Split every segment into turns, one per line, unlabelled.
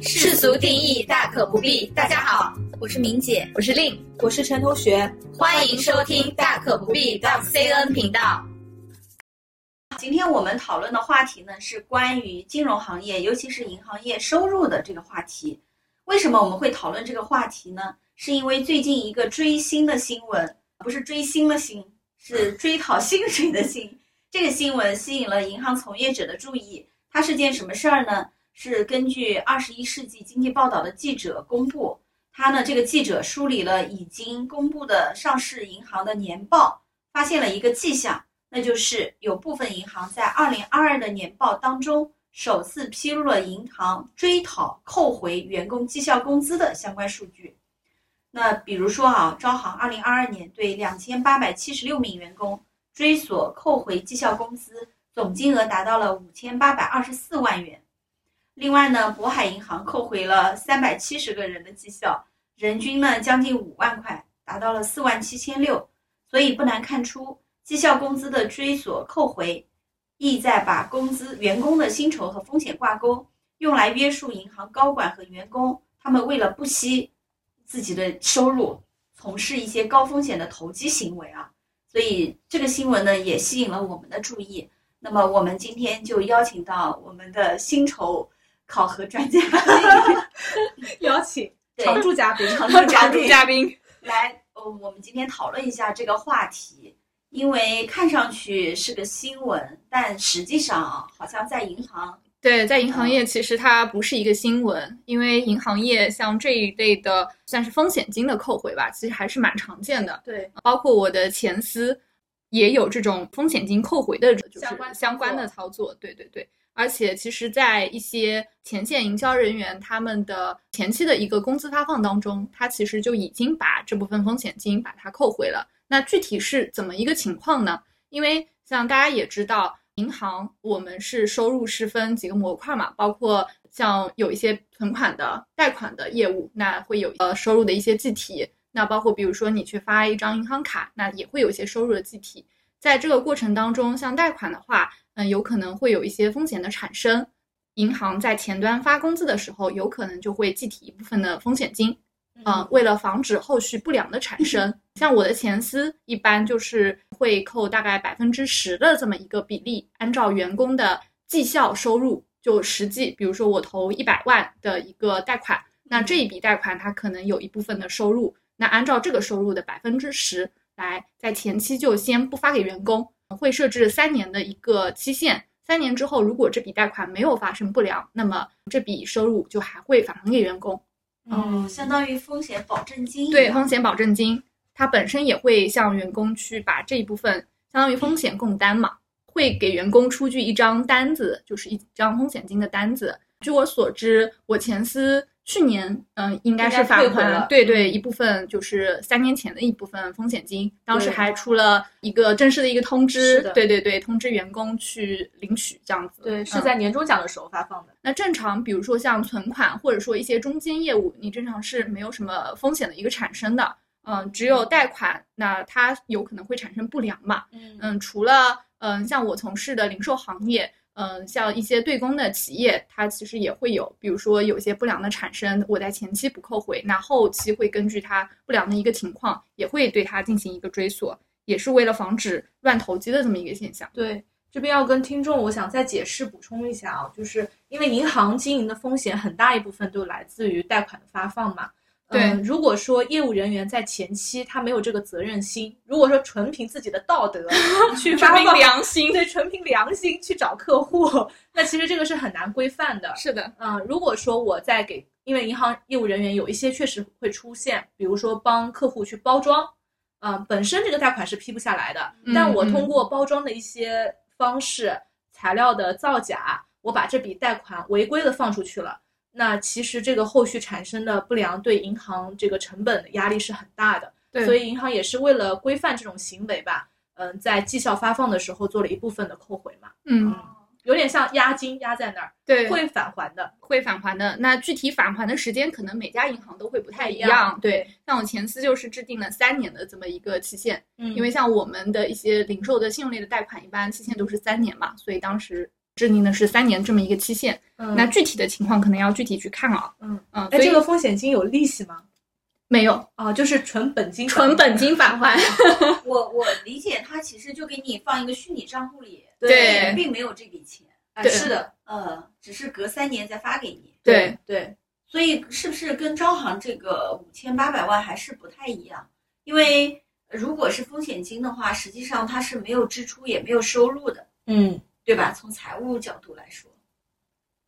世俗定义大可不必。大家好，
我是明姐，
我是令，
我是陈同学，
欢迎收听《大可不必》到 CN 频道。
今天我们讨论的话题呢是关于金融行业，尤其是银行业收入的这个话题。为什么我们会讨论这个话题呢？是因为最近一个追星的新闻，不是追星的星，是追讨薪水的薪。这个新闻吸引了银行从业者的注意。它是件什么事儿呢？是根据《二十一世纪经济报道》的记者公布，他呢这个记者梳理了已经公布的上市银行的年报，发现了一个迹象。那就是有部分银行在二零二二的年报当中首次披露了银行追讨扣回员工绩效工资的相关数据。那比如说啊，招行二零二二年对两千八百七十六名员工追索扣回绩效工资，总金额达到了五千八百二十四万元。另外呢，渤海银行扣回了三百七十个人的绩效，人均呢将近五万块，达到了四万七千六。所以不难看出。绩效工资的追索扣回，意在把工资、员工的薪酬和风险挂钩，用来约束银行高管和员工。他们为了不惜自己的收入，从事一些高风险的投机行为啊。所以这个新闻呢，也吸引了我们的注意。那么我们今天就邀请到我们的薪酬考核专家，
邀请常驻嘉宾，
常驻
嘉宾，
嘉宾
来，呃，我们今天讨论一下这个话题。因为看上去是个新闻，但实际上啊，好像在银行
对，在银行业其实它不是一个新闻，嗯、因为银行业像这一类的算是风险金的扣回吧，其实还是蛮常见的。
对，
包括我的前司也有这种风险金扣回的，就是
相
关的操作。对对对，而且其实，在一些前线营销人员他们的前期的一个工资发放当中，他其实就已经把这部分风险金把它扣回了。那具体是怎么一个情况呢？因为像大家也知道，银行我们是收入是分几个模块嘛，包括像有一些存款的、贷款的业务，那会有呃收入的一些计提。那包括比如说你去发一张银行卡，那也会有一些收入的计提。在这个过程当中，像贷款的话，嗯、呃，有可能会有一些风险的产生。银行在前端发工资的时候，有可能就会计提一部分的风险金。嗯、呃，为了防止后续不良的产生，像我的前司一般就是会扣大概百分之十的这么一个比例，按照员工的绩效收入就实际，比如说我投一百万的一个贷款，那这一笔贷款它可能有一部分的收入，那按照这个收入的百分之十来，在前期就先不发给员工，会设置三年的一个期限，三年之后如果这笔贷款没有发生不良，那么这笔收入就还会返还给员工。
嗯，相当于风险保证金。
对，风险保证金，它本身也会向员工去把这一部分，相当于风险共担嘛，会给员工出具一张单子，就是一张风险金的单子。据我所知，我前司去年，嗯、呃，应该是返还，对对，一部分就是三年前的一部分风险金，当时还出了一个正式的一个通知，对对对，通知员工去领取这样子。嗯
对，是
嗯
在年终奖的时候发放的。嗯
那正常，比如说像存款，或者说一些中间业务，你正常是没有什么风险的一个产生的。嗯、呃，只有贷款，那它有可能会产生不良嘛。嗯嗯，除了嗯、呃，像我从事的零售行业，嗯、呃，像一些对公的企业，它其实也会有，比如说有些不良的产生，我在前期不扣回，那后期会根据它不良的一个情况，也会对它进行一个追索，也是为了防止乱投机的这么一个现象。
对。这边要跟听众，我想再解释补充一下啊，就是因为银行经营的风险很大一部分都来自于贷款的发放嘛。
对、
嗯，如果说业务人员在前期他没有这个责任心，如果说纯凭自己的道 德去发
放良心，
对，纯凭良心去找客户，那其实这个是很难规范的。
是的，
嗯，如果说我在给，因为银行业务人员有一些确实会出现，比如说帮客户去包装，嗯、呃，本身这个贷款是批不下来的，
嗯、
但我通过包装的一些。方式、材料的造假，我把这笔贷款违规的放出去了。那其实这个后续产生的不良对银行这个成本的压力是很大的，所以银行也是为了规范这种行为吧，嗯、呃，在绩效发放的时候做了一部分的扣回嘛，
嗯，
有点像押金压在那儿，
对，
嗯会返还的，
会返还的。那具体返还的时间可能每家银行都会不太
一
样，对。像我前司就是制定了三年的这么一个期限，
嗯，
因为像我们的一些零售的信用类的贷款，一般期限都是三年嘛，所以当时制定的是三年这么一个期限。
嗯
那具体的情况可能要具体去看啊。
嗯
嗯，
哎，
所以
这个风险金有利息吗？
没有
啊，就是纯本金，
纯本金返还，
我我理解它其实就给你放一个虚拟账户里，
对
并没有这笔钱，
哎
对
是的，
呃，只是隔三年再发给你。
对
对，
所以是不是跟招行这个五千八百万还是不太一样？因为如果是风险金的话，实际上它是没有支出也没有收入的，
嗯，
对吧？从财务角度来说，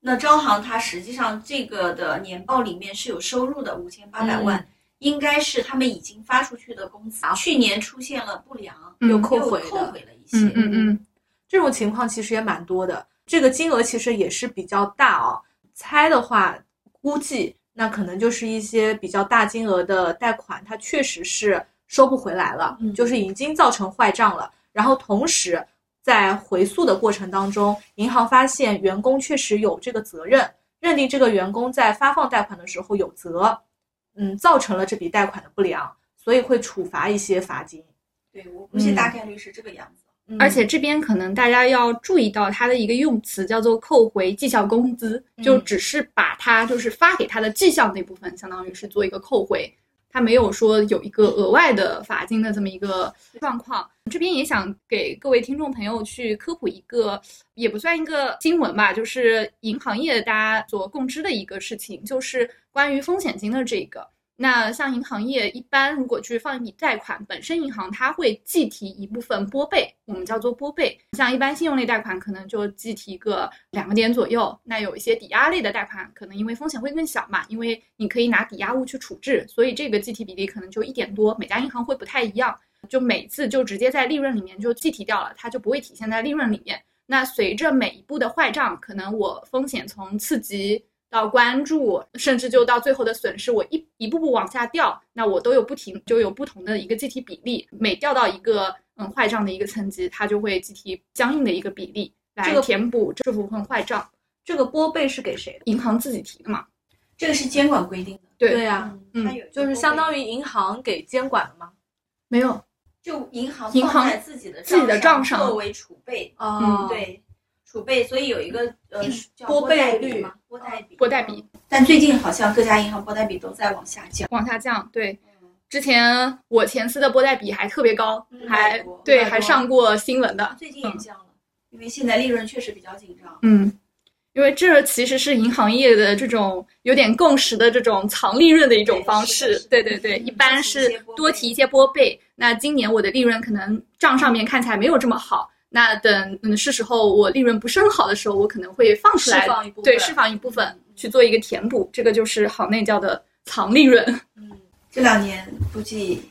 那招行它实际上这个的年报里面是有收入的，五千八百
嗯
万。应该是他们已经发出去的工资，去年出现了不良，
嗯
又
扣回的
扣回了一些。
嗯嗯嗯，
这种情况其实也蛮多的，这个金额其实也是比较大哦。猜的话，估计那可能就是一些比较大金额的贷款，它确实是收不回来了，
嗯
就是已经造成坏账了。然后同时在回溯的过程当中，银行发现员工确实有这个责任，认定这个员工在发放贷款的时候有责，嗯，造成了这笔贷款的不良，所以会处罚一些罚金。
对，我估计大概率是这个样子。
嗯
而且这边可能大家要注意到它的一个用词叫做扣回绩效工资，就只是把它就是发给他的绩效那部分，相当于是做一个扣回，它没有说有一个额外的罚金的这么一个状况。这边也想给各位听众朋友去科普一个，也不算一个新闻吧，就是银行业大家所共知的一个事情，就是关于风险金的这个。那像银行业一般，如果去放一笔贷款，本身银行它会计提一部分拨备，我们叫做拨备。像一般信用类贷款可能就计提个两个点左右，那有一些抵押类的贷款，可能因为风险会更小嘛，因为你可以拿抵押物去处置，所以这个计提比例可能就一点多，每家银行会不太一样，就每次就直接在利润里面就计提掉了，它就不会体现在利润里面。那随着每一步的坏账，可能我风险从次级到关注，甚至就到最后的损失，我一一步步往下掉，那我都有不停就有不同的一个计提比例，每掉到一个嗯坏账的一个层级，它就会计提相应的一个比例
这
来
个
填补这部分坏账。
这个拨备是给谁的？
银行自己提的嘛，
这个是监管规定的。
对
对啊呀、
嗯
它有一个
就是相当
规定
于银行给监管了嘛。
没有，
就银行
银行
放在自己的
自己的账上
上作为储备，
哦
嗯
嗯
对，储备，所以有一个呃叫
拨
拨
备
贷
率
比嘛，拨贷比，
拨贷比
但最近好像各家银行拨贷比都在往下降。
往下降，对。之前我前司的拨贷比还特别高，
嗯
还
外国
对
外国
还上过新闻的，
最近也降了，因为现在利润确实比较紧张。
嗯，因为这其实是银行业的这种有点共识的这种藏利润的一种方式。对
对是的是
对
的
对，
嗯
一般是多提一些拨备。那今年我的利润可能账上面看起来没有这么好，那等嗯是时候我利润不是很好的时候，我可能会放出来，
释放一部分
对，释放一部分去做一个填补。这个就是行内叫的藏利润，
嗯，
这两年估计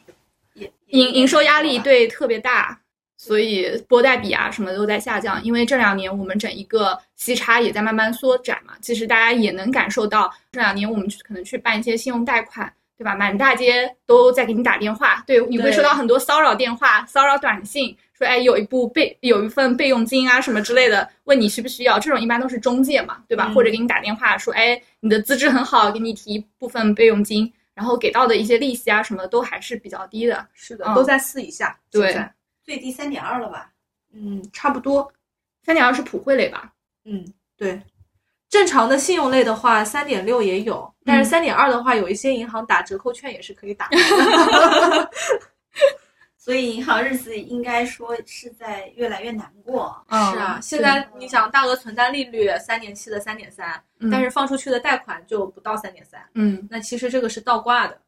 也也
营营收压力对特别大。所以拨贷比啊什么都在下降，因为这两年我们整一个息差也在慢慢缩窄嘛。其实大家也能感受到，这两年我们去可能去办一些信用贷款，对吧？满大街都在给你打电话，对，你会收到很多骚扰电话、骚扰短信，说哎有一部备有一份备用金啊什么之类的，问你需不需要。这种一般都是中介嘛，对吧？
嗯
或者给你打电话说哎你的资质很好，给你提部分备用金，然后给到的一些利息啊什么的都还是比较低的。
是的，
嗯
都在四以下。
对
现在
最低三点二了吧？
嗯，差不多。
三点二是普惠类吧？
嗯，对。正常的信用类的话，三点六也有，但
嗯
是三点二的话，有一些银行打折扣券也是可以打的。
所以银行日子应该说是在越来越难过。
哦
是啊，现在你想大额存单利率三年期的三点三，
嗯
但是放出去的贷款就不到三点三，
嗯，
那其实这个是倒挂的。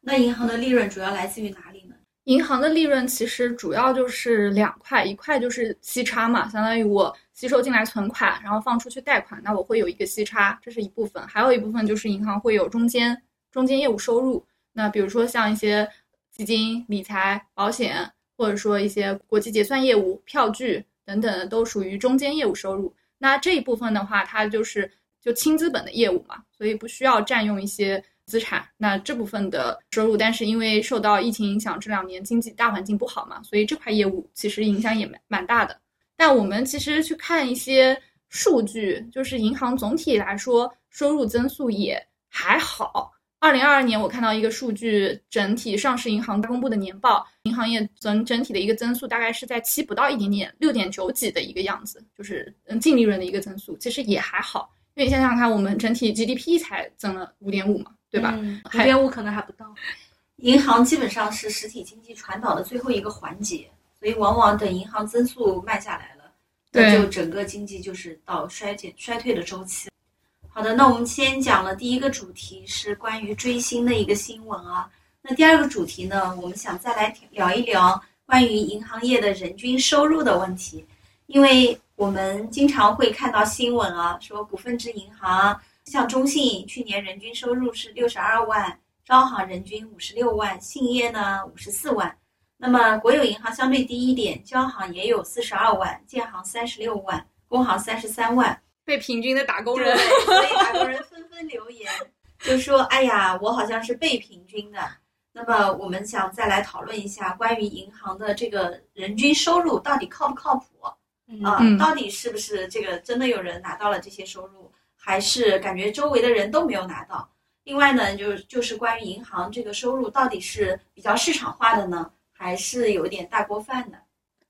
那银行的利润主要来自于哪里呢？
银行的利润其实主要就是两块，一块就是息差嘛，相当于我吸收进来存款，然后放出去贷款，那我会有一个息差，这是一部分。还有一部分就是银行会有中间中间业务收入，那比如说像一些基金、理财、保险，或者说一些国际结算业务、票据等等，都属于中间业务收入。那这一部分的话，它就是就轻资本的业务嘛，所以不需要占用一些资产。那这部分的收入，但是因为受到疫情影响，这两年经济大环境不好嘛，所以这块业务其实影响也蛮蛮大的。但我们其实去看一些数据，就是银行总体来说收入增速也还好，二零二二年，我看到一个数据，整体上市银行公布的年报，银行业整整体的一个增速大概是在七不到一点点，六点九几的一个样子，就是嗯净利润的一个增速，其实也还好，因为你想想看，我们整体 GDP 才增了五点五嘛，对吧？
嗯
五
还
点五可能还不到。
银行基本上是实体经济传导的最后一个环节，所以往往等银行增速慢下来了，那
对
就整个经济就是到衰减衰退的周期。好的，那我们先讲了第一个主题是关于追星的一个新闻啊，那第二个主题呢，我们想再来聊一聊关于银行业的人均收入的问题，因为我们经常会看到新闻啊，说股份制银行啊，像中信去年人均收入是六十二万，招行人均五十六万，信业呢五十四万。那么国有银行相对低一点，交行也有四十二万，建行三十六万，工行三十三万。
被平均的打工
对，所以打工人纷纷留言，就说：“哎呀，我好像是被平均的。”那么我们想再来讨论一下关于银行的这个人均收入到底靠不靠谱啊、
嗯
到底是不是这个真的有人拿到了这些收入，还是感觉周围的人都没有拿到？另外呢，就是就是关于银行这个收入到底是比较市场化的呢，还是有一点大锅饭的？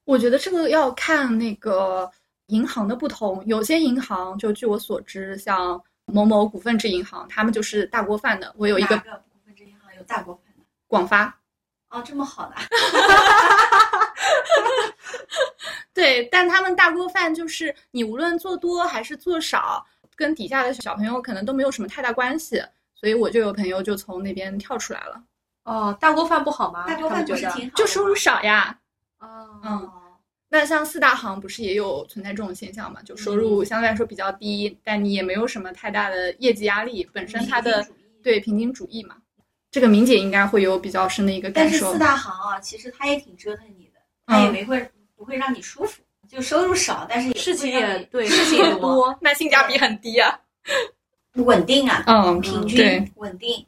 我觉得这个要看那个银行的不同，有些银行就据我所知，像某某股份制银行，他们就是大锅饭的。我有一
哪
个
个股份制银行有大锅饭的？
广发，
哦，这么好的啊，
对，但他们大锅饭就是你无论做多还是做少，跟底下的小朋友可能都没有什么太大关系，所以我就有朋友就从那边跳出来了，
哦，大锅饭不好吗？
大锅
他
饭
们
不
觉
是
得
挺好的吗？
就收入少呀。
哦，
嗯
哦
那像四大行不是也有存在这种现象嘛？就收入相对来说比较低，但你也没有什么太大的业绩压力，本身它的对平均主义嘛，这个明姐应该会有比较深的一个
但
感
是
受
四。大行啊，其实它也挺折腾你的，它也
嗯
没会、不会让你舒服，就收入少，但是也
事情
不会让
也
你
对，事情也多。
那性价比很低啊。
稳定啊，
嗯，
平
对。
均稳定，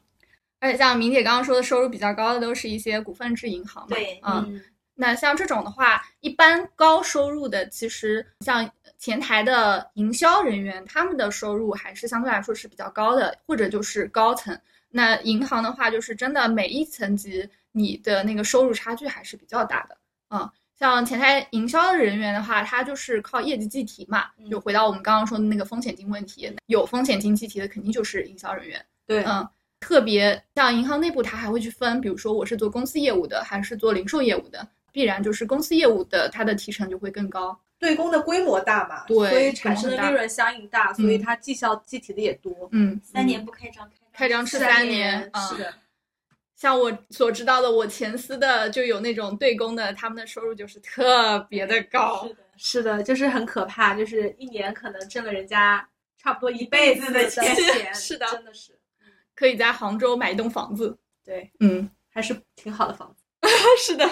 而且像明姐刚刚说的，收入比较高的都是一些股份制银行嘛。
对
嗯，
嗯，
那像这种的话，一般高收入的，其实像前台的营销人员，他们的收入还是相对来说是比较高的，或者就是高层。那银行的话，就是真的每一层级你的那个收入差距还是比较大的。嗯，像前台营销人员的话，他就是靠业绩计提嘛，就回到我们刚刚说的那个风险金问题，有风险金计提的肯定就是营销人员。
对，
嗯，特别像银行内部，它还会去分，比如说我是做公司业务的，还是做零售业务的，必然就是公司业务的它的提成就会更高。
对公的规模大嘛，
对
所以产
规
生
模
的
大
利润相应大，所以它绩效计提的也多。
嗯，
三年不开张，
开张吃
吃
三
年
年，嗯
是的，
像我所知道的，我前司的就有那种对公的，他们的收入就是特别的高。
是的，就是很可怕，就是一年可能挣了人家差不多一辈子的
钱
是
是
的
的，
真的是，
可以在杭州买一栋房子，
对，
嗯，
还是挺好的房子。
是的，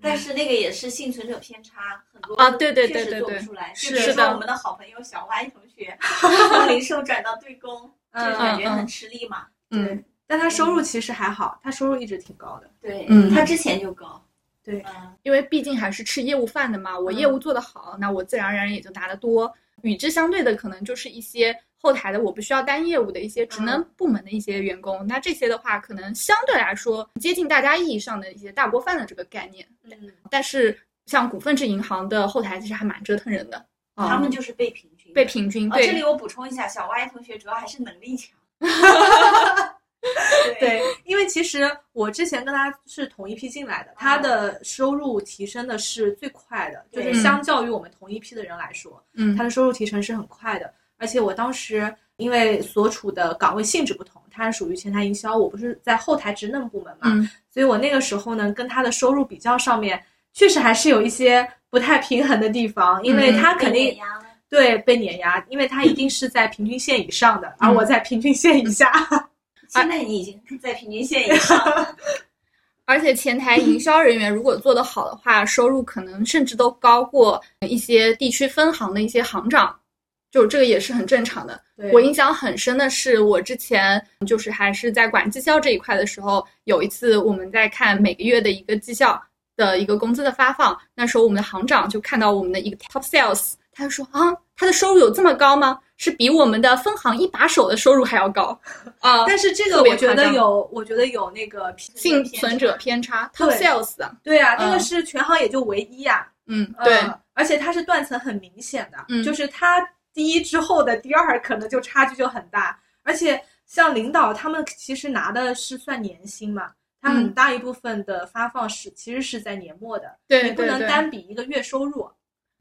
但是那个也是幸存者偏差，很多
啊对对对
确实
对
做不
对
出来。
是
就比如
是
说
的
我们的好朋友小歪同学从零售转到对公，就
嗯
感觉
嗯
很
嗯
吃力嘛。
嗯，
但他收入其实还好，他收入一直挺高的。
对，
嗯
他之前就高，
对
嗯，
因为毕竟还是吃业务饭的嘛，我业务做得好，那我自然而然也就拿得多。与之相对的，可能就是一些后台的，我不需要单业务的一些
嗯
职能部门的一些员工。那这些的话，可能相对来说接近大家意义上的一些大锅饭的这个概念。
嗯，
但是像股份制银行的后台其实还蛮折腾人的，啊
他们就是被平均的，
被平均
啊，这里
对。
我补充一下，小歪同学主要还是能力 强。
对，因为其实我之前跟他是同一批进来的，他
嗯
的收入提升的是最快的，就
对
是相较于我们同一批的人来说，
嗯
他的收入提成是很快的。而且我当时因为所处的岗位性质不同，他是属于前台营销，我不是在后台职能部门嘛，
嗯
所以我那个时候呢，跟他的收入比较上面，确实还是有一些不太平衡的地方，因为
嗯
他
被
肯定、
碾压了
对被碾压，因为他一定是在平均线以上的，
嗯
而我在平均线以下。
现在你已经在平均线以上了，
而且前台营销人员如果做得好的话，收入可能甚至都高过一些地区分行的一些行长，就这个也是很正常的。
对
嗯我印象很深的是，我之前就是还是在管绩效这一块的时候，有一次我们在看每个月的一个绩效的一个工资的发放，那时候我们的行长就看到我们的一个 top sales，他就说啊，他的收入有这么高吗？是比我们的分行一把手的收入还要高 啊。
但是这个
特别
我觉
夸
得
张
有，我觉得有那个
幸存者偏差 top
对
sales 啊，
对啊，那个
嗯
是全行也就唯一啊。
嗯，
呃
对，
而且它是断层很明显的，
嗯
就是它第一之后的第二可能就差距就很大。而且像领导他们其实拿的是算年薪嘛，他很
嗯
大一部分的发放是、其实是在年末的，
对
你不
对
能
对，
单比一个月收入。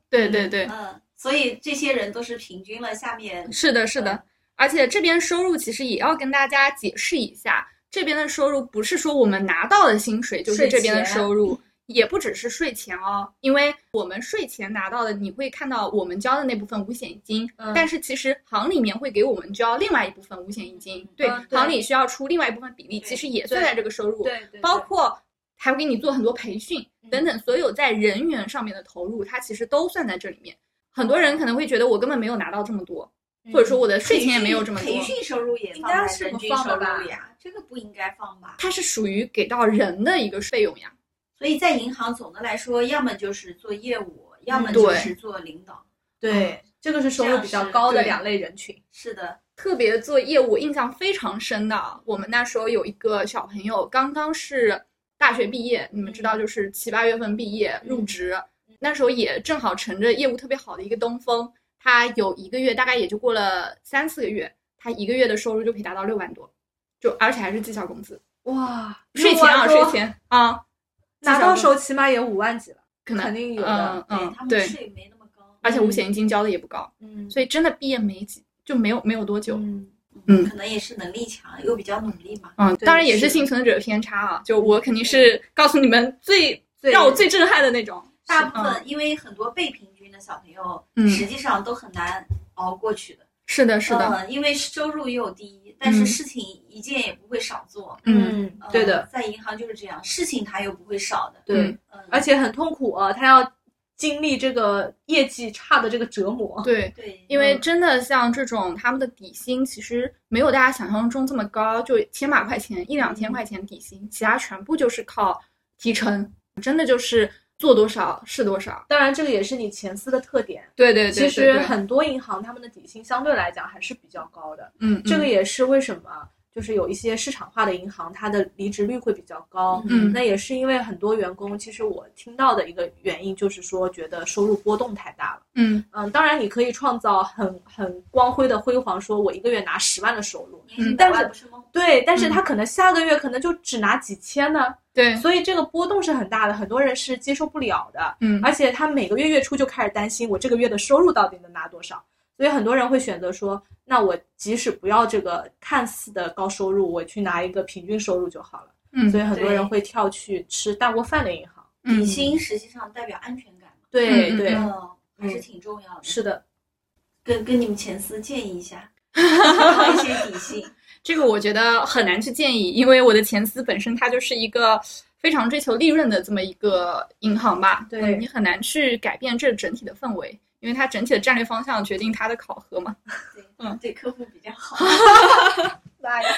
对对对，
嗯，所以这些人都是平均了下面
是的，是
嗯
的，而且这边收入其实也要跟大家解释一下，这边的收入不是说我们拿到的薪水就是
税
这边的
前嗯
收入，也不只是税前哦，因为我们税前拿到的，你会看到我们交的那部分五险一金，
嗯
但是其实行里面会给我们交另外一部分五险一金，对，
嗯对
行里需要出另外一部分比例，
对
其实也算
对
在这个收入，
对对嗯
包括还会给你做很多培训等等，所有在人员上面的投入，它其实都算在这里面。很多人可能会觉得我根本没有拿到这么多，或
嗯
者说我的税前也没有这么多
培，训收入也
应
放
该
在
是
人
不
均
放
收
的吧
入里啊，这个不应该放吧？
它是属于给到人的一个费用呀。
所以在银行总的来说，要么就是做业务，要么
嗯
就
对
是做领导。
对，
嗯
这个是收入比较高的两类人群。
是的，
特别做业务印象非常深的啊，我们那时候有一个小朋友刚刚是大学毕业，你们知道，就是七八月份毕业入职，那时候也正好乘着业务特别好的一个东风，他有一个月大概也就过了三四个月，他一个月的收入就可以达到六万多，就而且还是绩效工资，
哇，
税前啊，税前啊，
拿到手起码也五万几了，
可能
肯定有的。
对
嗯嗯
他们
对，
税没那么高，
而且五险一金交的也不高，
嗯，
所以真的毕业没几就没有没有多久，
嗯，
嗯
可能也是能力强，又比较努力嘛。
嗯，
对
当然也
是
是幸存者偏差啊，就我肯定是告诉你们最
最
让我最震撼的那种。
大部分因为很多被平均的小朋友，
嗯
实际上都很难熬过去的。
是的，是的，
嗯，因为收入又低，但是
嗯
事情一件也不会少做。
嗯，
嗯
嗯，
对的，，
在银行就是这样，事情他又不会少的。
对。
嗯
嗯，
而且很痛苦啊，他要经历这个业绩差的这个折磨。
对，
对，
因为真的像这种他们的底薪其实没有大家想象中这么高，就千把块钱、一两千块钱底薪，其他全部就是靠提成，真的就是做多少是多少。
当然，这个也是你前司的特点。
对对
其
对，
实很多银行他们的底薪相对来讲还是比较高的，
嗯，
这个也是为什么就是有一些市场化的银行它的离职率会比较高。
嗯
那也是因为很多员工，其实我听到的一个原因就是说，觉得收入波动太大了。
嗯
嗯，当然你可以创造很很光辉的辉煌，说我一个月拿十万的收入，
年薪
嗯
百
但
万
是
不是梦。
对，但是他可能下个月可能就只拿几千呢，
对，
所以这个波动是很大的，很多人是接受不了的，
嗯
而且他每个月月初就开始担心我这个月的收入到底能拿多少，所以很多人会选择说，那我即使不要这个看似的高收入，我去拿一个平均收入就好了，
嗯
所以很多人
对
会跳去吃大锅饭的银行，
底
嗯
薪实际上代表安全感嘛，
对、
嗯嗯
对，
嗯，还是挺重要的。
是的，
跟跟你们前司建议一 下，高一些底薪。
这个我觉得很难去建议，因为我的前司本身它就是一个非常追求利润的这么一个银行吧，
对
嗯你很难去改变这整体的氛围，因为它整体的战略方向决定它的考核嘛。
对，
嗯
对客户比较好。
妈呀，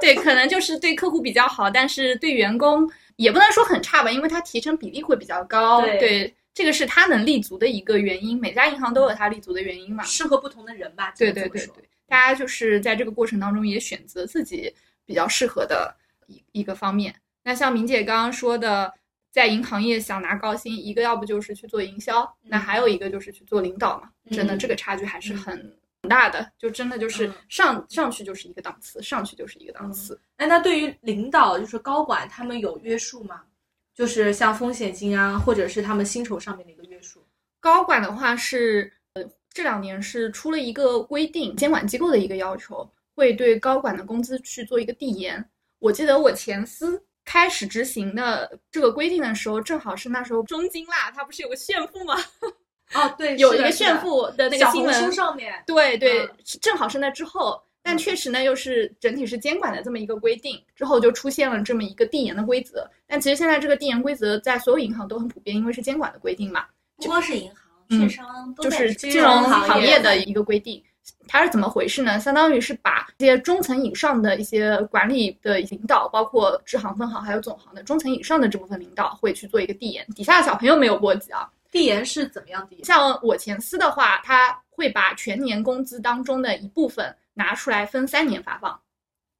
对，可能就是对客户比较好，但是对员工也不能说很差吧，因为它提成比例会比较高。
对
这个是它能立足的一个原因，每家银行都有它立足的原因嘛。
适合不同的人吧，
对
只能
对
这
对
么说
对，大家就是在这个过程当中也选择自己比较适合的一一个方面。那像明姐刚刚说的，在银行业想拿高薪，一个要不就是去做营销，那还有一个就是去做领导嘛。真的，
嗯
这个差距还是很很大的，就真的就是
嗯
上上去就是一个档次，上去就是一个档次。
哎，那对于领导就是高管，他们有约束吗？就是像风险金啊，或者是他们薪酬上面的一个约束。
高管的话是，呃，这两年是出了一个规定，监管机构的一个要求，会对高管的工资去做一个递延。我记得我前司开始执行的这个规定的时候，正好是那时候中金辣，它不是有个炫富 吗？
哦，对，
有
是
一
的
个
是
炫
的
富的那个
小
新
红书
闻，
上面，
对对
嗯，
是正好是那之后。但确实呢，又是整体是监管的这么一个规定，之后就出现了这么一个递延的规则。但其实现在这个递延规则在所有银行都很普遍，因为是监管的规定嘛。
不光是银行，
嗯
券商都
就
在
是
这
金融行业的一个规定。它是怎么回事呢？相当于是把这些中层以上的一些管理的领导，包括支行、分行还有总行的中层以上的这部分领导会去做一个递延，底下的小朋友没有波及啊。
递延是怎么样递延？
像我前司的话，它会把全年工资当中的一部分拿出来分三年发放。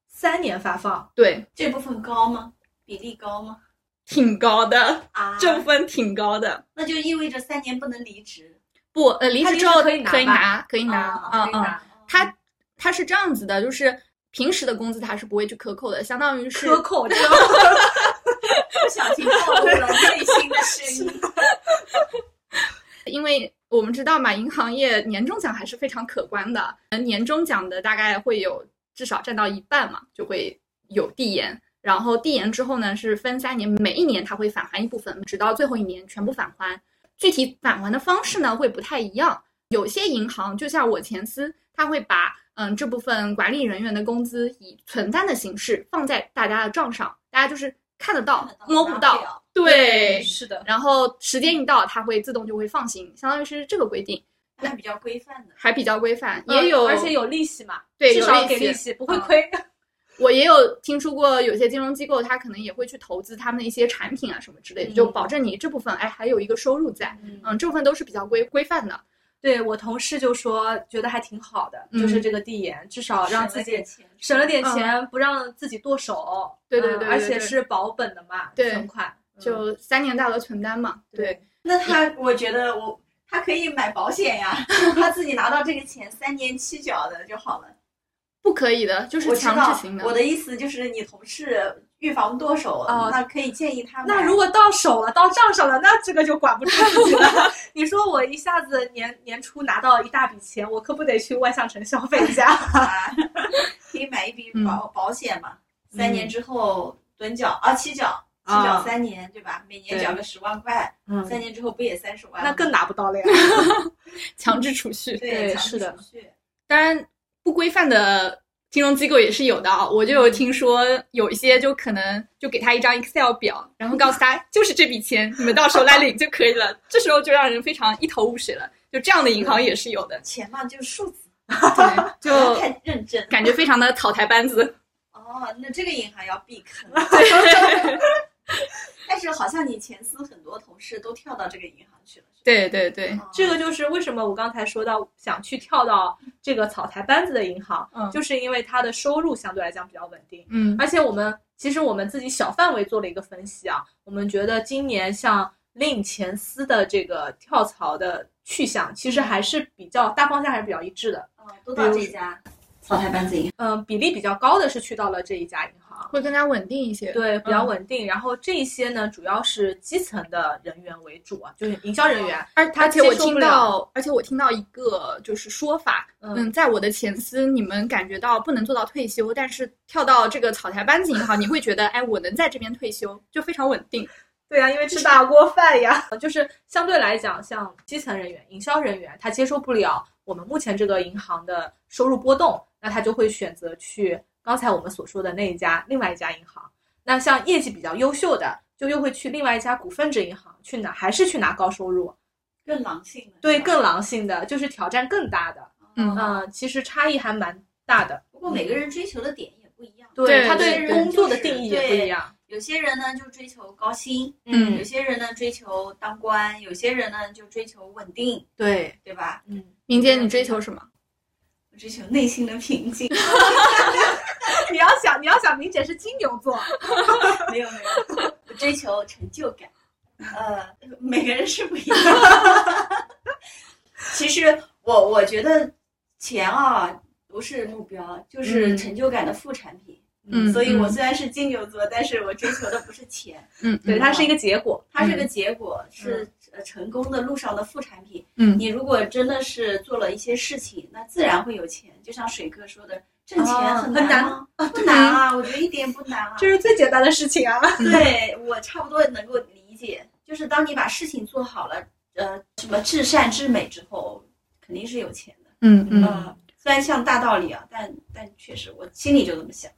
三年发放，
对，
这部分高吗？比例高吗？
挺高的，
啊，
这部分挺高的。
那就意味着三年不能离职。
不，呃，离
他
职
离
之
职
后
可以拿
可以
吧
拿，可以拿，
啊
嗯嗯。他他是这样子的，就是平时的工资他是不会去克扣的，相当于是
克扣这个
不小心暴露了内心的声音。
因为我们知道嘛，银行业年终奖还是非常可观的，呃年终奖的大概会有至少占到一半嘛，就会有递延。然后递延之后呢，是分三年，每一年它会返还一部分，直到最后一年全部返还。具体返还的方式呢会不太一样，有些银行就像我前司，它会把嗯这部分管理人员的工资以存单的形式放在大家的账上，大家就是看得到
看得、到
摸不到
拿不了，
对，
是的，
然后时间一到，它会自动就会放行，相当于是这个规定，
还比较规范 的。
还比较规范，
嗯
也有，
而且有利息嘛，
对
至
有
少
利
给
息嗯
利息，不
啊
会亏。
我也有听说过，有些金融机构它可能也会去投资他们的一些产品啊什么之类的，
嗯
就保证你这部分哎还有一个收入在，
嗯，
嗯，这部分都是比较规规范的，
对我同事就说，觉得还挺好的，
嗯
就是这个递延，至少让自己省了点钱，不让自己剁手。
对对对
嗯
对
而且
对
是保本的嘛，
对
存款嗯
就三年大额存单嘛，对，
那他，我觉得我他可以买保险呀， 他自己拿到这个钱，三年期缴的就好了。
不可以的，就是
我知
强
道
制型，的
我。的意思就是你同事预防剁手，
哦
那可以建议他买。
那如果到手了，到账上了，那这个就管不住自己了。 你说我一下子年年初拿到一大笔钱，我可不得去万象城消费一下？
啊，可以买一笔
嗯
保保险嘛，三年之后趸缴啊，期缴，期
啊
缴三年对吧？每年
对
缴个十万块，
嗯
三年之后不也三十万吗？
那更拿不到了呀。
强制储蓄，
对
对
强制
是的
储蓄
当然不规范的金融机构也是有的啊。我就有听说有一些就可能就给他一张 Excel 表，然后告诉他 就是这笔钱，你们到时候来领就可以了。这时候就让人非常一头雾水了。就这样的银行也是有的，
钱嘛就是数字，
对，
不要
就
太认真。
感觉非常的草台班子。
哦，那这个银行要避坑。但是好像你前司很多同事都跳到这个银行去了，是吧
对对对，
哦
这个就是为什么我刚才说到想去跳到这个草台班子的银行，
嗯
就是因为它的收入相对来讲比较稳定。
嗯
而且我们其实我们自己小范围做了一个分析啊，我们觉得今年像令前司的这个跳槽的去向，其实还是比较大方向还是比较一致的。
哦都到这家草台班子银行。
嗯，比例比较高的是去到了这一家银行，
会更加稳定一些。
对，比较稳定。然后这一些呢，主要是基层的人员为主啊，就是营销人员。
而
他
而且我
接受不
听
了
到，而且我听到一个就是说法，
嗯
嗯，在我的前司，你们感觉到不能做到退休，但是跳到这个草台班子银行，你会觉得，哎，我能在这边退休，就非常稳定。
对呀、啊因为吃大锅饭呀， 就是相对来讲，像基层人员、营销人员，他接受不了我们目前这个银行的收入波动，那他就会选择去刚才我们所说的那一家另外一家银行。那像业绩比较优秀的，就又会去另外一家股份制银行去拿，还是去拿高收入，
更狼性了，
对，
是吧啊
更狼性的，就是挑战更大的。
嗯
嗯、其实差异还蛮大的。
不过每个人追求的点也不一样，
对
他
对
对
对
工作的
就是
定义也不
对
一样。
有些人呢就追求高薪，
嗯
有些人呢追求当官，有些人呢就追求稳定，
对，
对吧？
嗯，
民间，你追求什么？
我追求内心的平静。
你要想，你要想，明姐是金牛座，
没有没有，我追求成就感。呃，每个人是不一样。其实我我觉得钱啊不是目标，就是
嗯
成就感的副产品。
嗯
所以我虽然是金牛座，但是我追求的不是钱，
嗯，嗯
对，它是一个结果。
它是个结果，是呃成功的路上的副产品。
嗯
你如果真的是做了一些事情，那自然会有钱。就像水哥说的，挣钱
啊
很
很
难吗？不难啊，我觉得一点不难啊。
这是最简单的事情啊。
对我差不多能够理解，就是当你把事情做好了，呃，什么至善至美之后，肯定是有钱的。
嗯
嗯
呃，虽然像大道理啊，但但确实我心里就这么想。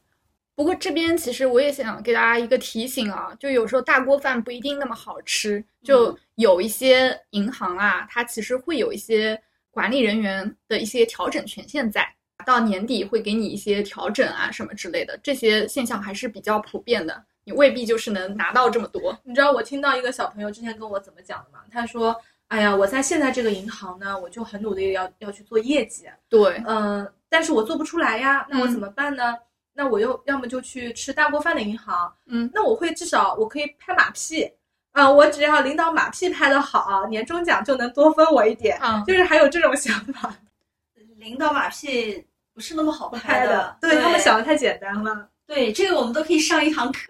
不过这边其实我也想给大家一个提醒啊，就有时候大锅饭不一定那么好吃，
嗯
就有一些银行啊，它其实会有一些管理人员的一些调整权限在，到年底会给你一些调整啊什么之类的，这些现象还是比较普遍的，你未必就是能拿到这么多。
你知道我听到一个小朋友之前跟我怎么讲的吗？他说，哎呀，我在现在这个银行呢，我就很努力地要要去做业绩，
对，
嗯、但是我做不出来呀，那我
嗯
怎么办呢？那我又要么就去吃大锅饭的银行，
嗯，
那我会至少我可以拍马屁啊、我只要领导马屁拍得好，年终奖就能多分我一点，
啊，
就是还有这种想法，
领导马屁不是那么好
拍
拍
的
的，，
对他们想的太简单了，
对这个我们都可以上一堂课，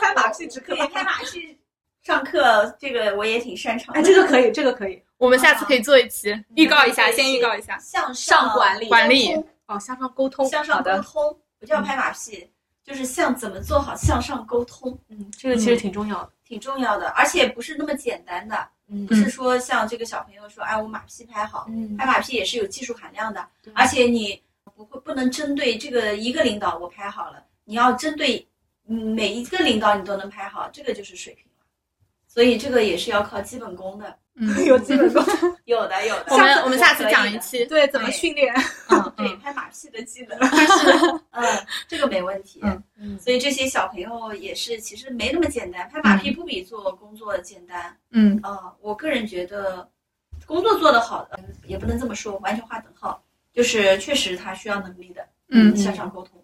拍马屁只可
可
以
以拍马屁上课，这个我也挺擅长的。
哎，这个可以，这个可以
我们下次可以做一期，
嗯
预告一下，
对
先预告一下。
向
理
管理
哦，向上沟通，
向
好
上沟
的，
通，不叫拍马屁，就是向怎么做好向上沟通，
嗯，这个其实挺重要的，
挺重要的，而且不是那么简单的，
嗯
不是说像这个小朋友说，哎，我马屁拍好，
嗯
拍马屁也是有技术含量的
对，
而且你不会不能针对这个一个领导我拍好了，你要针对嗯每一个领导你都能拍好，这个就是水平了。所以这个也是要靠基本功的，
嗯，
有基本功，
有的有的。
我
下
们
次
我们下
可
次
以
讲
的
一期。
对，怎么
对
训练，
嗯
对
嗯，
拍马屁的 技能，就是 嗯，这个没问题。
嗯
嗯
所以这些小朋友也是，其实没那么简单，拍马屁不比做工作简单。
嗯，
呃，我个人觉得，工作做得好的，嗯也不能这么说，完全划等号，就是确实他需要能力的，
嗯
向上沟通，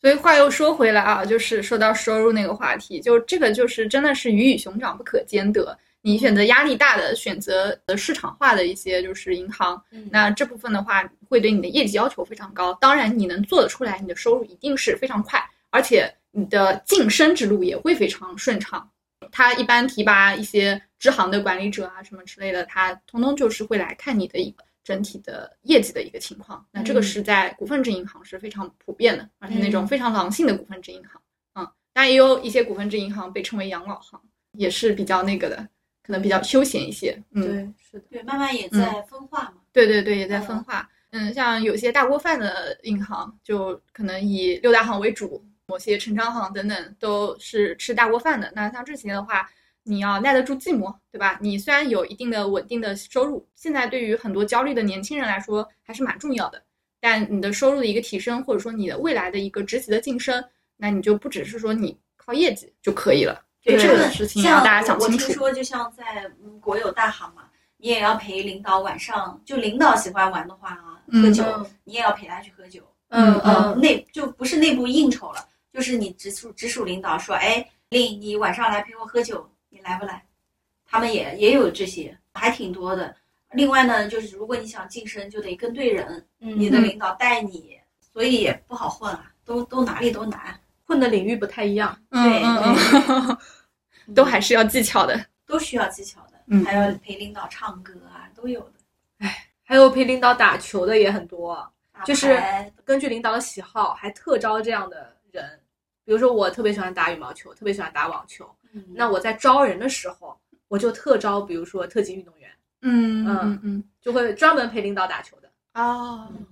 所以话又说回来啊，就是说到收入那个话题，就这个就是真的是鱼与熊掌不可兼得。你选择压力大的，选择呃市场化的一些就是银行，那这部分的话会对你的业绩要求非常高。当然，你能做得出来，你的收入一定是非常快，而且你的晋升之路也会非常顺畅。他一般提拔一些支行的管理者啊什么之类的，他通通就是会来看你的一个整体的业绩的一个情况。那这个
嗯
是在股份制银行是非常普遍的，而且那种
嗯
非常狼性的股份制银行，嗯，当然也有一些股份制银行被称为养老行，也是比较那个的，可能比较休闲一些。嗯，
对，是的，
对，慢慢也在分化嘛。
对对对，也在分
嗯
化。嗯，像有些大锅饭的银行，就可能以六大行为主，某些城商行等等都是吃大锅饭的。那像这些的话，你要耐得住寂寞，对吧？你虽然有一定的稳定的收入，现在对于很多焦虑的年轻人来说还是蛮重要的。但你的收入的一个提升，或者说你的未来的一个职级的晋升，那你就不只是说你靠业绩就可以了。就
对
这
这
个
个
事情要
像
大家想
我
清
听
楚。
说，就像在嗯国有大行嘛，你也要陪领导晚上，就领导喜欢玩的话啊，喝
嗯
酒，你也要陪他去喝酒。
嗯
呃，
嗯
内就不是内部应酬了，就是你直属直属领导说，哎，令你晚上来陪我喝酒，你来不来？他们也也有这些，还挺多的。另外呢，就是如果你想晋升，就得跟对人，
嗯，
你的领导带你，所以也不好混啊，都都哪里都难，
混的领域不太一样，
嗯
对
嗯嗯，
嗯
都还是要技巧的。
都需要技巧的，
嗯
还要陪领导唱歌啊，都有的。
还有陪领导打球的也很多，
打
就是
牌啊
根据领导的喜好还特招这样的人。比如说，我特别喜欢打羽毛球，特别喜欢打网球。
嗯
那我在招人的时候，我就特招，比如说特级运动员，
嗯嗯嗯。
就会专门陪领导打球的。
哦，
嗯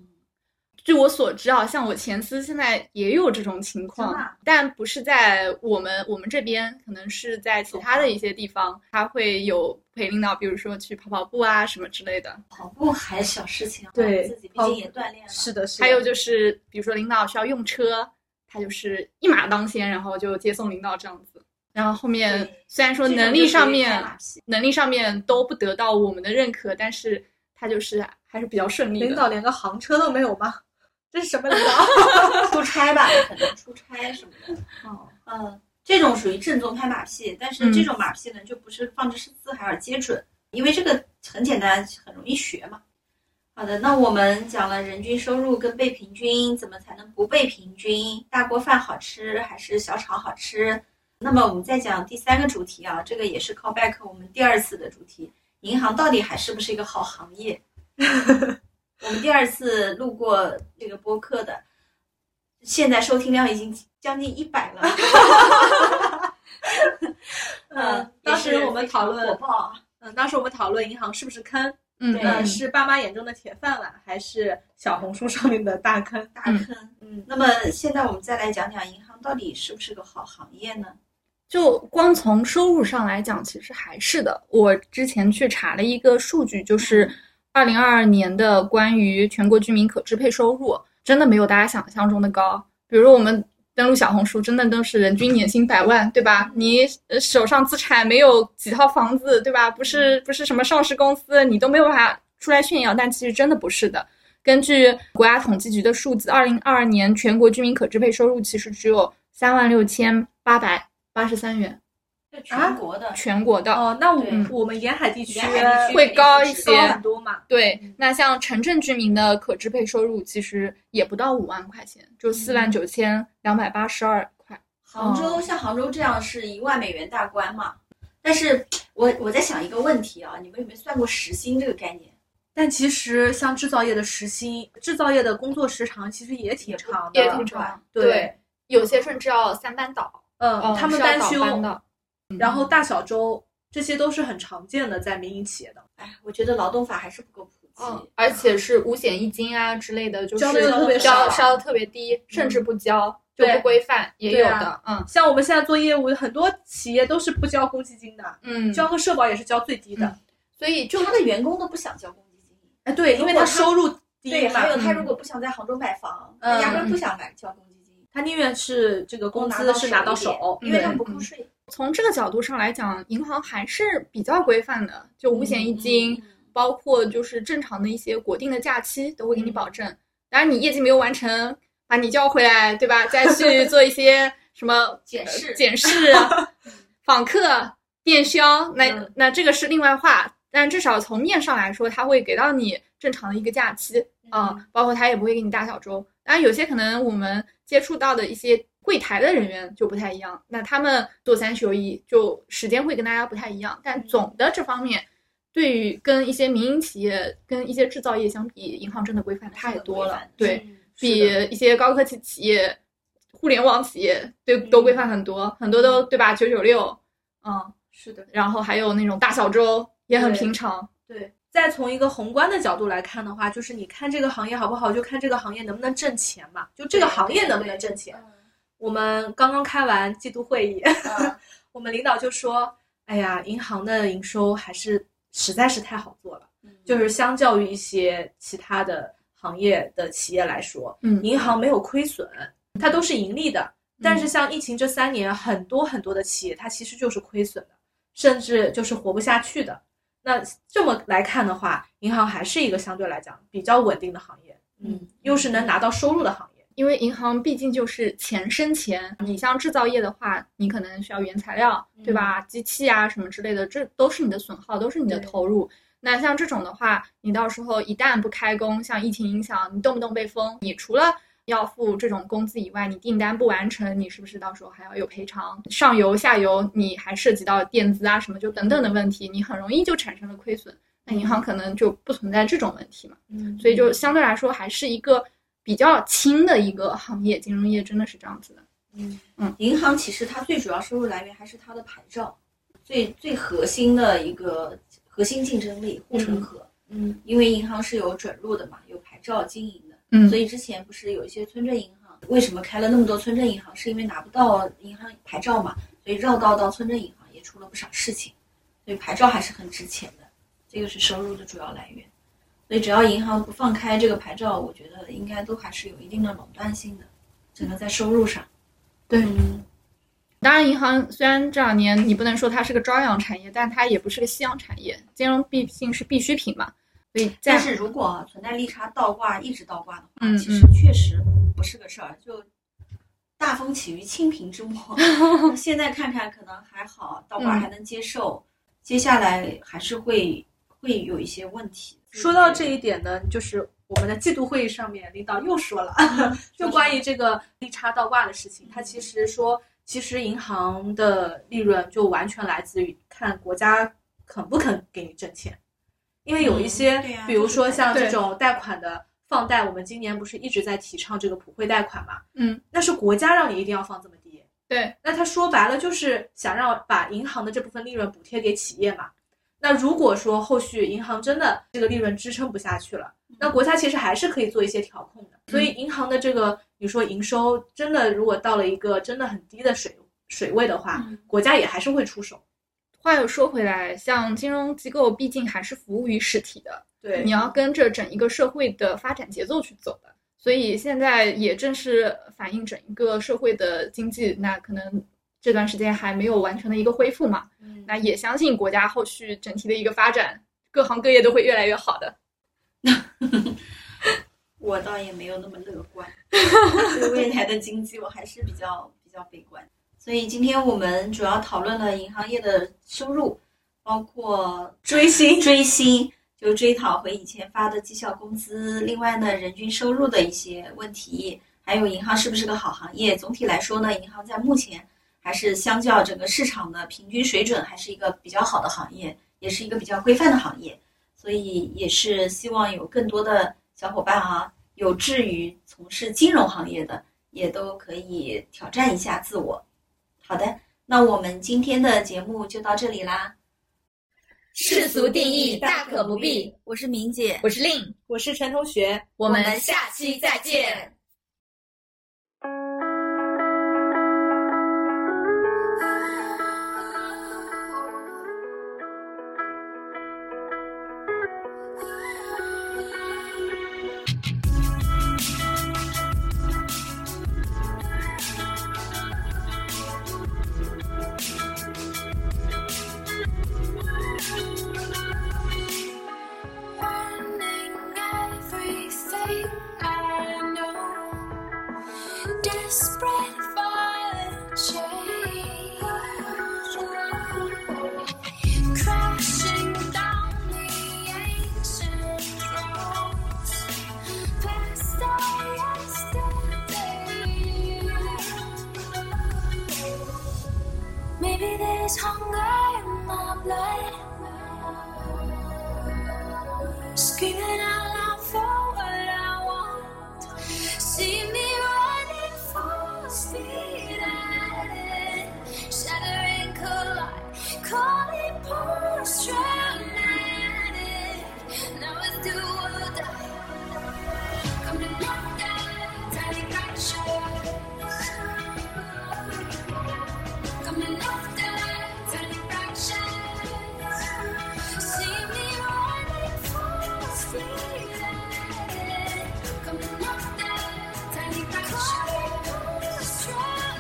据我所知啊，像我前司现在也有这种情况，
真的啊
但不是在我们我们这边，可能是在其他的一些地方，他会有陪领导，比如说去跑跑步啊什么之类的。
跑步还小事情啊，
对
自己毕
跑
竟也锻炼了，
的，是
还有就是，比如说领导需要用车，他就是一马当先，然后就接送领导这样子。然后后面
对
虽然说
这种
能
就
力
属
上
于
面
拍马屁
能力上面都不得到我们的认可，但是他就是还是比较顺利的。
领导连个行车都没有吗？这是什么领 导？嗯
出差吧，可能出差什么的。
哦，
嗯，这种属于正宗拍马屁，但是这种马屁呢，就不是放之四海而皆准，因为这个很简单，很容易学嘛。好的，那我们讲了人均收入跟被平均，怎么才能不被平均？大锅饭好吃还是小炒好吃？那么我们再讲第三个主题啊，这个也是 call back 我们第二次的主题，银行到底还是不是一个好行业？我们第二次路过这个播客的，现在收听量已经将近一百 了。
嗯
嗯，，
当时我们讨
火
论，
爆啊，
嗯，当时我们讨论银行是不是坑？
嗯
对
嗯，
嗯
是爸妈眼中的铁饭碗，还是小红书上面的大坑？
大坑。嗯，那么现在我们再来讲讲银行到底是不是个好行业呢？
就光从收入上来讲，其实还是的。我之前去查了一个数据，就是二零二二年的关于全国居民可支配收入，真的没有大家想象中的高。比如我们登录小红书，真的都是人均年薪百万，对吧？你呃手上资产没有几套房子，对吧？不是不是什么上市公司，你都没有办法出来炫耀，但其实真的不是的。根据国家统计局的数字，二零二二年全国居民可支配收入其实只有三万六千八百八十三元，
这全国的，
全国的。
哦，那我
对
我们沿海地区
沿海地区
会高一
高
些
很多嘛？
对
嗯，
那像城镇居民的可支配收入其实也不到五万块钱，就四万九千两百八十二块。
杭
哦
州像杭州这样是一万美元大关嘛？但是我我在想一个问题啊，你们有没有算过时薪这个概念？
但其实像制造业的时薪，制造业的工作时长其实也挺长的，
也挺
长。
对，
有些甚至要三班倒，
嗯，他们单休，
的。
然后大小周，这些都是很常见的在民营企业的，
哎，我觉得劳动法还是不够普及。
嗯，而且是五险一金啊之类的，就是
交的又特别
交
少
交的特别啊嗯低，甚至不交，就
对
不规范，也有
对啊
的。嗯
像我们现在做业务，很多企业都是不交公积金的，
嗯，
交个社保也是交最低的。
所以就
他的员工都不想交公积金，
嗯哎，对，因为他收入低
对，
嘛
还，有他
嗯
如果不想在杭州买房，
嗯
他压根儿不想买交公积金，
他宁愿是这个工资是拿到手，
嗯
嗯
因为他
对
不扣税，
从这个角度上来讲，银行还是比较规范的，就五险一金，
嗯
包括就是正常的一些国定的假期都会给你保证。当然，你业绩没有完成，把你叫回来，对吧？再去做一 些什么
检视
呃 检视、访客、电销，那、
嗯
那这个是另外话。但至少从面上来说，它会给到你正常的一个假期
嗯
啊、包括它也不会给你大小周。当然，有些可能我们接触到的一些柜台的人员就不太一样，那他们做三休一就时间会跟大家不太一样，但总的这方面。对于跟一些民营企业、跟一些制造业相比，银行真的规范太多了，对，
嗯
比一些高科技企业、互联网企业对都规范很多，很多都对吧？九九六，嗯，
是的，
然后还有那种大小周也很
对
平常，
对。再从一个宏观的角度来看的话，就是你看这个行业好不好，就看这个行业能不能挣钱嘛，就这个行业能不能挣
啊
钱。我们刚刚开完季度会议，
嗯
我们领导就说：“哎呀，银行的营收还是实在是太好做了，
嗯
就是相较于一些其他的行业的企业来说，
嗯
银行没有亏损，
嗯
它都是盈利的。但是像疫情这三年，很多很多的企业它其实就是亏损的，甚至就是活不下去的。那这么来看的话，银行还是一个相对来讲比较稳定的行业，
嗯，
又是能拿到收入的行业。
因为银行毕竟就是钱生钱，你像制造业的话，你可能需要原材料，对吧？机器啊什么之类的，这都是你的损耗，都是你的
对
投入。那像这种的话，你到时候一旦不开工，像疫情影响，你动不动被封，你除了要付这种工资以外，你订单不完成，你是不是到时候还要有赔偿？上游、下游，你还涉及到垫资啊什么，就等等的问题，你很容易就产生了亏损。那银行可能就不存在这种问题嘛。
嗯
所以就相对来说还是一个比较轻的一个行业，金融业真的是这样子的。
嗯银行其实它最主要收入来源还是它的牌照，最最核心的一个核心竞争力护城河。
嗯，
因为银行是有准入的嘛，有牌照经营的，
嗯
所以之前不是有一些村镇银行为什么开了那么多村镇银行，是因为拿不到银行牌照嘛，所以绕道到村镇银行也出了不少事情，所以牌照还是很值钱的，这个是收入的主要来源。所以只要银行不放开这个牌照，我觉得应该都还是有一定的垄断性的，整个在收入上。
对
嗯
当然，银行虽然这两年你不能说它是个朝阳产业，但它也不是个夕阳产业，金融毕竟是必需品嘛。所以在
但是如果啊存在利差倒挂一直倒挂的话，
嗯
其实确实不是个事儿，就大风起于清平之末。 那现在看看可能还好，倒挂
嗯
还能接受，接下来还是会会有一些问题。
说到这一点呢，就是我们的季度会议上面，领导又说了， 就关于这个利差倒挂的事情，他其实说，其实银行的利润就完全来自于看国家肯不肯给你挣钱，因为有一些，
嗯对呀
比如说像
对
这种贷款的放贷，我们今年不是一直在提倡这个普惠贷款嘛？
嗯，
那是国家让你一定要放这么低，
对，
那他说白了就是想让把银行的这部分利润补贴给企业嘛。那如果说后续银行真的这个利润支撑不下去了，
嗯
那国家其实还是可以做一些调控的。所以银行的这个你说营收真的如果到了一个真的很低的水水位的话
嗯，
国家也还是会出手。
话又说回来，像金融机构毕竟还是服务于实体的，
对
你要跟着整一个社会的发展节奏去走的。所以现在也正是反映整个社会的经济，那可能这段时间还没有完全的一个恢复嘛。
嗯
那也相信国家后续整体的一个发展，各行各业都会越来越好的。
我倒也没有那么乐 观，对未来的经济我还是比较比较悲观。所以今天我们主要讨论了银行业的收入，包括
追星
追星，就追讨回以前发的绩效工资。另外呢，人均收入的一些问题，还有银行是不是个好行业？总体来说呢，银行在目前还是相较整个市场的平均水准，还是一个比较好的行业，也是一个比较规范的行业。所以也是希望有更多的小伙伴啊，有志于从事金融行业的，也都可以挑战一下自我。好的，那我们今天的节目就到这里啦。
世俗定义大可不必。
我是明姐，
我是令，
我是陈同学。
我们下期再见。
Burning everything I know, desperate for change, crashing down the ancient roads, past our yesterday. Maybe there's hunger in my blood. Screaming out loud for what I want. See me running full speed at it. Shattering collide. Call it post traumatic. Now it's do or die. Come to knock down tiny fractures. Come and knock down tiny fractions. See me running full speed ahead. Come and knock down tiny fractions. Knock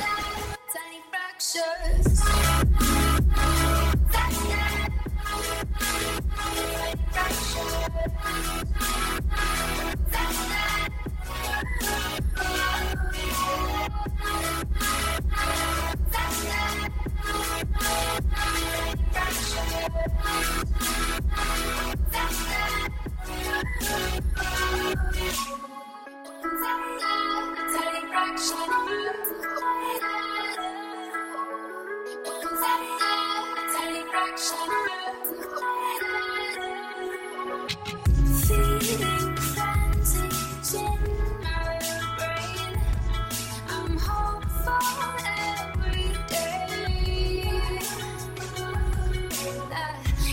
down tiny fractions. Knock down tiny fractions. Knock down Thank you. Feeding frenzies in my brain. I'm hopeful every day.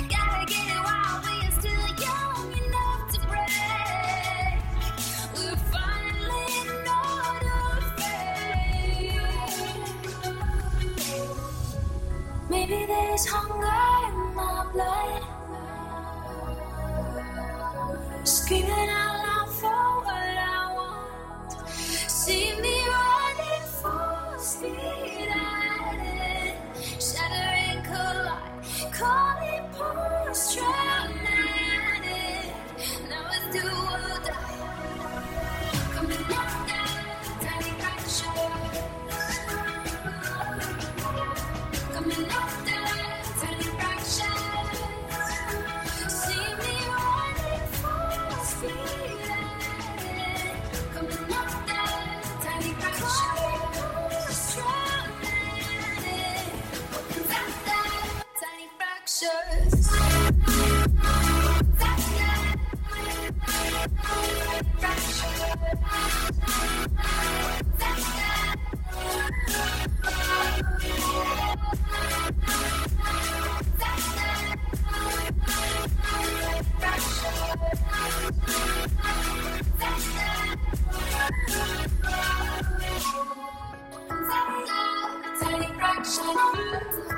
Gotta get it while we are still young enough to break. We're finally not afraid. Maybe there's hunger in my blood. Screaming out loud for what I want. See me running full speed at it. Shattering collide. Call it post traumatic. Now it's do or die. Come and knock down tiny fractures. Coming off the tiny fractions. See me running full speed ahead. Coming off the tiny fractions. Coming off the tiny fractions. Tiny fraction.